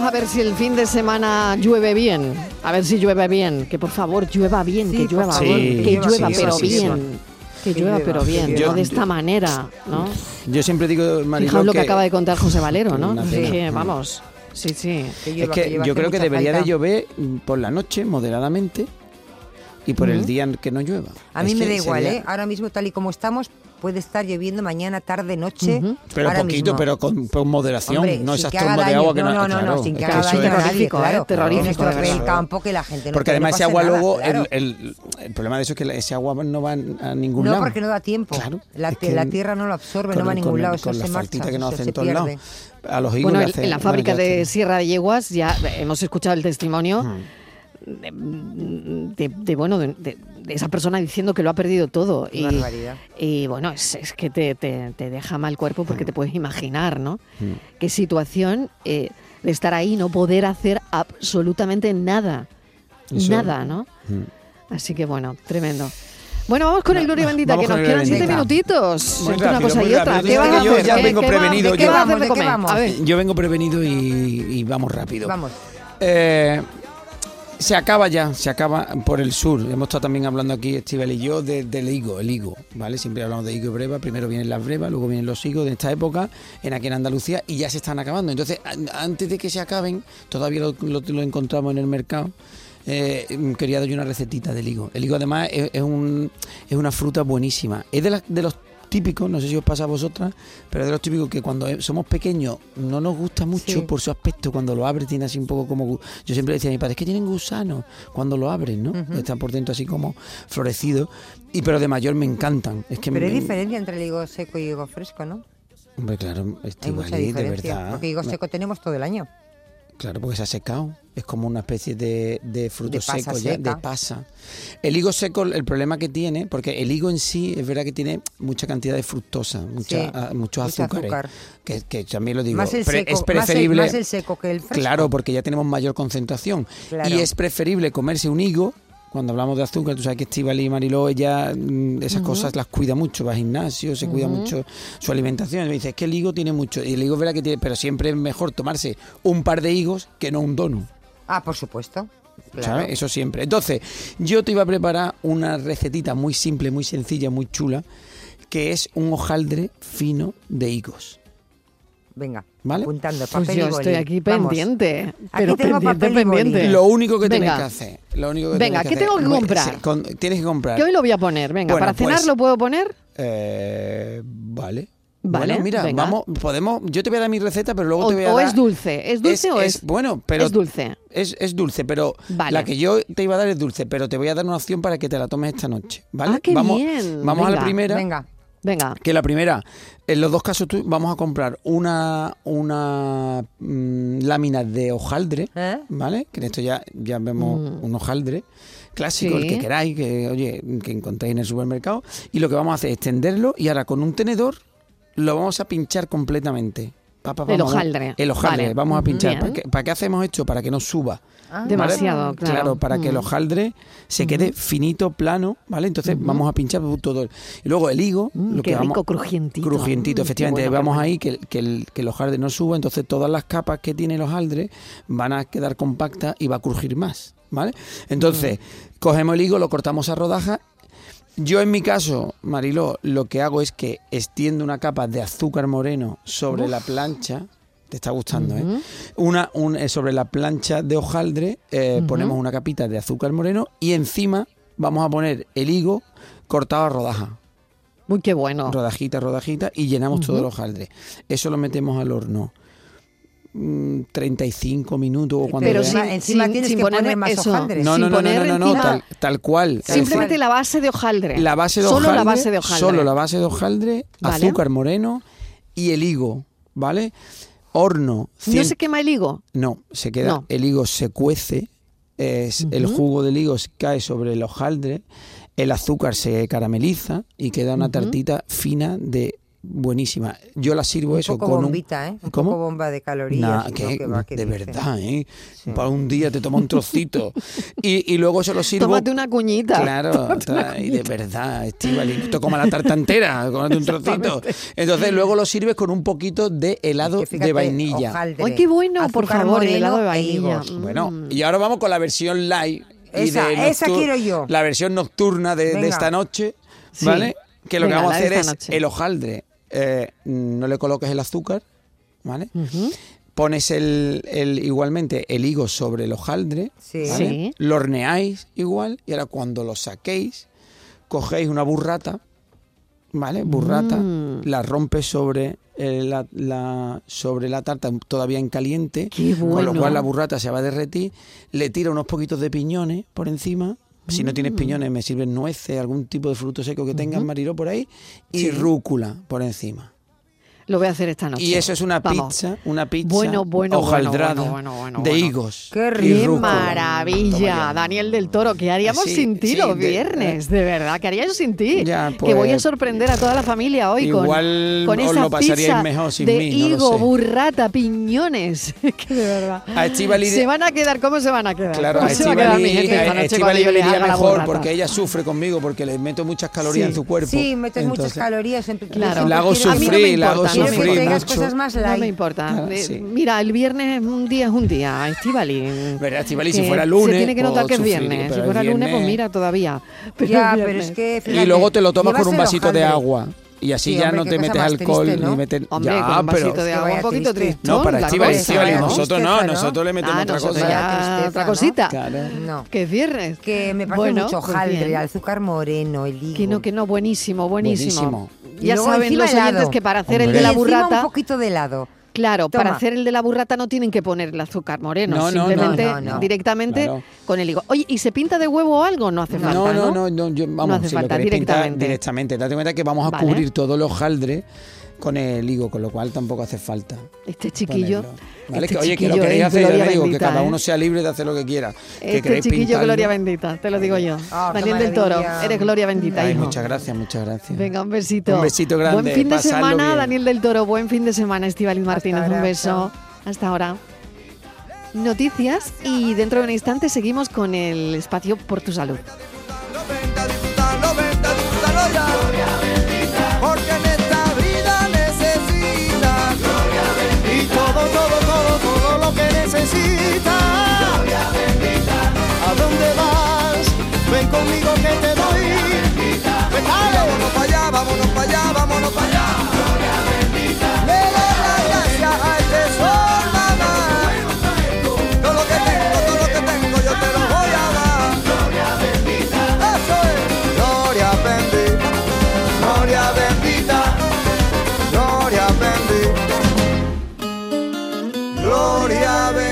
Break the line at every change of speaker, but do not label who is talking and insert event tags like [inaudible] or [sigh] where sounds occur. Pues ver si el fin de semana llueve bien. A ver si llueve bien. Que por favor llueva bien,
Sí,
que
por
llueva,
favor,
bien,
sí,
que
sí,
llueva
sí,
pero
sí, sí,
bien. Que
Que
llueva
llueva,
pero
que
bien,
llueva.
no de esta manera, ¿no?
Yo siempre digo, Mariló,
Fijaos lo que acaba de contar José Valero, ¿no?
Una
Es
pena.
que, vamos, sí, sí.
Que
Es
lleva-
que
lleva hace
yo creo que
mucha
debería de
falta.
llover mm, por la noche, moderadamente, y por el día que no llueva.
A
Es
mí me
que
da igual,
sería-
¿eh? Ahora mismo, tal y como estamos, puede estar lloviendo mañana, tarde, noche.
Pero
ahora
poquito,
mismo.
pero con, con moderación,
Hombre,
no
sin
esas
que haga
trombas de
daño.
agua que
no, no, no,
claro,
no, sin que
es que
haga
eso
daño
es-
a nadie,
terrorífico, ¿eh?
claro.
Terrorífico,
Que no
de
estropee el
verdad.
campo, que la gente no que
Porque
no
además ese
pase
agua
nada,
luego, el-
claro.
el, el problema de eso es que la- ese agua no va a ningún
No,
lado.
porque no da tiempo.
Claro,
la,
es
te-
que
la tierra no lo absorbe, no
con-
va a ningún
con-
lado, eso
con
se
la
marcha,
faltita que nos
eso
hacen
se
en todos lados.
pierde.
A los higos
Bueno,
le
el-
hacen-
en la
bueno,
fábrica
ya
de
está.
Sierra de Yeguas ya eh, hemos escuchado el testimonio de, de, de, bueno, de, de- de esa persona diciendo que lo ha perdido todo.
Qué barbaridad.
y bueno, es, es que te, te- te deja mal cuerpo porque te puedes imaginar, ¿no? Qué situación eh, de estar ahí y no poder hacer absolutamente nada.
Eso-
Nada, ¿no? Así que bueno, tremendo. Bueno, vamos con el Gloria Bendita,
vamos
que
con
nos
el
quedan
Gloria
siete
Bendita.
minutitos.
Muy
entre una
rápido,
cosa
muy
y otra.
rápido.
¿Qué
Tú
vas a
sabes que yo
hacer?
ya
¿Qué-
vengo
qué vas-
prevenido,
¿De qué
yo-
vas a hacer
Vamos,
de
¿de qué
comer?
vamos?
A ver.
Yo vengo prevenido y, y vamos rápido.
Vamos.
Eh, se acaba ya, se acaba por el sur. Hemos estado también hablando aquí, Estival y yo, de- del higo, el higo, ¿vale? Siempre hablamos de higo y breva. Primero vienen las brevas, luego vienen los higos de esta época, en aquí en Andalucía, y ya se están acabando. Entonces, an- antes de que se acaben, todavía lo, lo- lo encontramos en el mercado. eh, quería dar yo una recetita del higo. El higo, además, es, es un- es una fruta buenísima. Es de, las- de los típicos, no sé si os pasa a vosotras, pero es de los típicos que cuando eh, somos pequeños no nos gusta mucho
Sí.
por su aspecto. Cuando lo abres tiene así un poco como... gu- Yo siempre decía a mi padre, es que tienen gusanos cuando lo abres, ¿no? Están por dentro así como florecidos. Y pero de mayor me encantan. Es que
Pero
me-
hay diferencia entre el higo seco y higo fresco, ¿no?
Hombre, claro, este
Hay mucha
de
diferencia.
verdad.
Porque higo
No,
seco tenemos todo el año.
Claro, porque se ha secado. Es como una especie de, de fruto
De pasa
seco, ya, de
seca.
pasa. El higo seco, el problema que tiene, porque el higo en sí es verdad que tiene mucha cantidad de fructosa, mucha,
Sí,
ah, muchos
mucho
azúcares.
azúcar.
Que, que también lo digo,
Más el
pre-
seco- más
es
el-
preferible.
más el seco que el fresco.
Claro, porque ya tenemos mayor concentración.
Claro.
Y es preferible comerse un higo. Cuando hablamos de azúcar, tú sabes que Estivali y Mariló, ella mm, esas cosas las cuida mucho, va al gimnasio, se cuida mucho su alimentación. Me dice, es que el higo tiene mucho. Y el higo es verdad que tiene, pero siempre es mejor tomarse un par de higos que no un donut.
Ah, por supuesto. Claro.
¿sabes? Eso siempre. Entonces, yo te iba a preparar una recetita muy simple, muy sencilla, muy chula, que es un hojaldre fino de higos.
Venga,
¿Vale?
apuntando papel
Pues yo
y boli.
estoy aquí
Vamos.
pendiente.
Aquí
Pero
tengo
pendiente,
papel y boli.
pendiente.
Lo único que
Venga.
tienes que hacer. Lo único que
Venga,
tienes
¿qué
hacer-
tengo que
Muy-
comprar?
sí, con- tienes que comprar.
Que hoy lo voy a poner, venga,
Bueno,
para cenar
pues-
lo puedo poner.
Eh, vale.
Vale,
Bueno, mira,
venga.
vamos, podemos. Yo te voy a dar mi receta, pero luego
O,
te voy a
o
dar.
es dulce, es dulce o es,
Bueno, pero.
es dulce.
Es, es dulce, pero
Vale.
la que yo te iba a dar es dulce, pero te voy a dar una opción para que te la tomes esta noche, ¿vale?
Ah, qué
vamos,
bien.
Vamos a
Venga,
la primera.
Venga.
Venga,
Que la primera, en los dos casos tú vamos a comprar una, una mm, lámina de hojaldre,
¿Eh?
¿vale? Que en esto ya, ya vemos un hojaldre clásico,
Mm. Sí.
el que queráis, que oye, que encontréis en el supermercado. Y lo que vamos a hacer es extenderlo y ahora con un tenedor lo vamos a pinchar completamente. Pa, pa, pa,
El
vamos a-
hojaldre.
El hojaldre,
Vale.
vamos a pinchar.
Bien.
¿Para qué, para qué hacemos esto? Para que no suba.
Ah,
¿vale?
demasiado, claro.
para que el hojaldre se quede finito, plano, ¿vale? Entonces vamos a pinchar todo. el- Y luego el higo,
Mm,
lo
qué
que vamos-
rico, crujientito.
Crujientito,
Mm,
efectivamente.
qué bueno,
vamos
qué
ahí que, que el, que el hojaldre no suba, entonces todas las capas que tiene el hojaldre van a quedar compactas y va a crujir más, ¿vale? Entonces,
Mm.
cogemos el higo, lo cortamos a rodajas. Yo en mi caso, Mariló, lo que hago es que extiendo una capa de azúcar moreno sobre la plancha. Te está gustando, ¿eh?
Mm-hmm.
Una, un- eh, sobre la plancha de hojaldre eh,
Mm-hmm.
ponemos una capita de azúcar moreno y encima vamos a poner el higo cortado a rodajas
Uy, qué bueno.
rodajita, rodajita, y llenamos todo el hojaldre. Eso lo metemos al horno. mm, 35 minutos o cuando
Pero
veas.
sin- encima tienes que poner
ponerme
más hojaldre.
no,
sin
no, no, no,
poner
no, no, no,
encima
tal, tal cual.
Simplemente la base de hojaldre.
la base de
Solo
hojaldre,
la base de hojaldre.
Solo la base de hojaldre,
Vale.
azúcar moreno y el higo, ¿vale? Horno.
No
100
se quema el higo.
no, se queda,
No.
el higo se cuece, es, el jugo del higo se cae sobre el hojaldre, el azúcar se carameliza y queda una tartita fina de buenísima. Yo la sirvo
Un
eso
poco
con
bombita, ¿eh? Un
¿Cómo?
poco bomba de calorías.
Nah,
¿no?
que-
que va, que
de
dicen.
verdad, ¿eh? Para un día te toma un
[laughs]
trocito. y, y luego se lo sirvo.
Tómate una cuñita.
Claro, está- y de verdad, Estivali, tú coma la tarta entera,
[laughs]
cómate un trocito. Entonces luego lo sirves con un poquito de
Que
helado
fíjate,
de vainilla.
hojaldre,
Ay, qué bueno, por
azúcar
favor, el
moreno
helado de
e
vainilla.
higos.
Bueno, y ahora vamos con la versión live. y
Esa-
de
esa
noctur-
quiero yo.
La versión nocturna de, de
Venga.
esta noche,
Sí.
¿vale? Que lo
Venga,
que vamos a
la de
hacer es
esta noche.
el hojaldre. Eh, no le coloques el azúcar, ¿vale?
Ujú.
Pones el, el- igualmente el higo sobre el hojaldre,
Sí.
¿vale?
Sí.
lo horneáis igual y ahora cuando lo saquéis, cogéis una burrata, ¿vale? Burrata,
Mm.
la rompes sobre, eh, la, la- sobre la tarta todavía en caliente,
Qué
con lo
bueno.
cual la burrata se va a derretir, le tira unos poquitos de piñones por encima. Si no
Mm.
tienes piñones, me sirven nueces, algún tipo de fruto seco que tengas, Mariló, por ahí, y rúcula por encima.
Lo voy a hacer esta noche.
Y eso es una
Vamos.
pizza, una pizza
Bueno, bueno,
hojaldrada
bueno, bueno, bueno, bueno,
de
bueno.
higos.
Qué
y
rico.
¡Qué
rúcula. Toma
maravilla!
ya.
Daniel del Toro, ¿qué haríamos
Sí,
sin ti
sí,
los
de- eh.
viernes? De, verdad, ¿qué haría yo sin ti?
Ya, pues,
que voy a sorprender a toda la familia hoy con-
igual
con,
os
esa
lo pasaríais
pizza
mejor sin
de
mí, no lo
higo,
sé.
burrata, piñones. [laughs] que de verdad.
A Estíbaliz-
Se van a quedar, ¿cómo se van a quedar?
Claro,
¿Cómo
a
se va a quedar mi gente esta noche cuando
Estivali
yo
le
les
iría
haga la
mejor
burrata?
porque ella sufre conmigo porque le meto muchas calorías
Sí.
en su cuerpo.
Sí, metes muchas
Entonces,
calorías. En,
Claro.
siempre
La
hago
quiero-
A mí no me
sufrir, la hago
importa, no me
Quiero que
importa.
sufrir,
tengas
Nacho.
cosas más
No me
light.
importa.
Claro,
Eh,
sí.
Mira, el viernes es un día es un día, Estivali.
¿Verdad, Estíbaliz?
Que
Si fuera lunes,
Se tiene que notar
puedo
que es
sufrir,
viernes.
pero
Si
es
fuera lunes,
viernes.
pues mira, todavía. Pero
ya,
es
pero
viernes.
es que.
Y
fíjate,
luego te lo tomas
llevas
con un
el
vasito de
hojaldre.
agua. Y así
Sí,
ya
hombre,
no
qué
te
cosa
metes
más
alcohol
triste,
ni
¿no?
metes.
Hombre,
ya,
con un vasito
pero-
de agua, un
Vaya
poquito
triste.
triste.
No, para Estíbaliz,
cosa,
Estíbaliz,
¿no?
nosotros no,
Tristeza, ¿no?
nosotros le metemos
Ah,
otra
nosotros
cosa.
ya.
ya
Tristeza,
otra
¿no?
cosita.
Claro.
No.
Que es viernes.
Que me parece
Bueno,
mucho
pues
hojaldre,
bien.
el azúcar moreno, el higo.
Que no, que no, buenísimo, buenísimo.
Buenísimo. Y
Ya
luego
saben
encima
los
helado.
oyentes que para hacer el
Hombre.
de
Y
la
encima un
burrata,
poquito de helado.
claro, para
Toma.
hacer el de la burrata no tienen que poner el azúcar moreno,
No, no, no,
simplemente
no, no.
directamente
Claro.
con el higo. Oye, ¿y se pinta de huevo o algo? No hace falta,
no,
¿no?
no, no, no, yo- vamos,
No hace
si
falta,
lo queréis
directamente.
pintar directamente. Date cuenta que vamos a
Vale.
cubrir todo el hojaldre con el higo, con lo cual tampoco hace falta.
Este chiquillo.
ponerlo. ¿Vale?
este
que, oye, que lo
chiquillo
queréis
es
hacer, ya
gloria
te digo, que
bendita,
cada
¿eh?
uno sea libre de hacer lo que quiera. que
Este
queréis
chiquillo,
pintarlo.
gloria bendita, te lo digo yo.
Ah, qué
Daniel del Toro,
maravilla.
eres gloria bendita,
Ay,
hijo.
muchas gracias, muchas gracias.
Venga, un besito.
Un besito grande,
Buen fin de
pasadlo
semana,
bien.
Daniel del Toro. Buen fin de semana, Estibaliz Martínez.
ahora,
un beso. Hasta ahora. Noticias y dentro de un instante seguimos con el espacio Por tu Salud.
Disfrútalo, venga, disfrútalo, venga, disfrútalo ya. Porque en esta vida necesitas y todo, todo, todo, todo lo que necesitas. ¿A dónde vas? Ven conmigo que te doy. Ven, dale. Vámonos para allá, vámonos para allá, vámonos para allá. Le doy las gracias al Tesoro, mamá. Todo lo que tengo, todo lo que tengo, yo te lo voy a dar. Eso es. Gloria bendita, gloria bendita, gloria bendita, gloria bendita.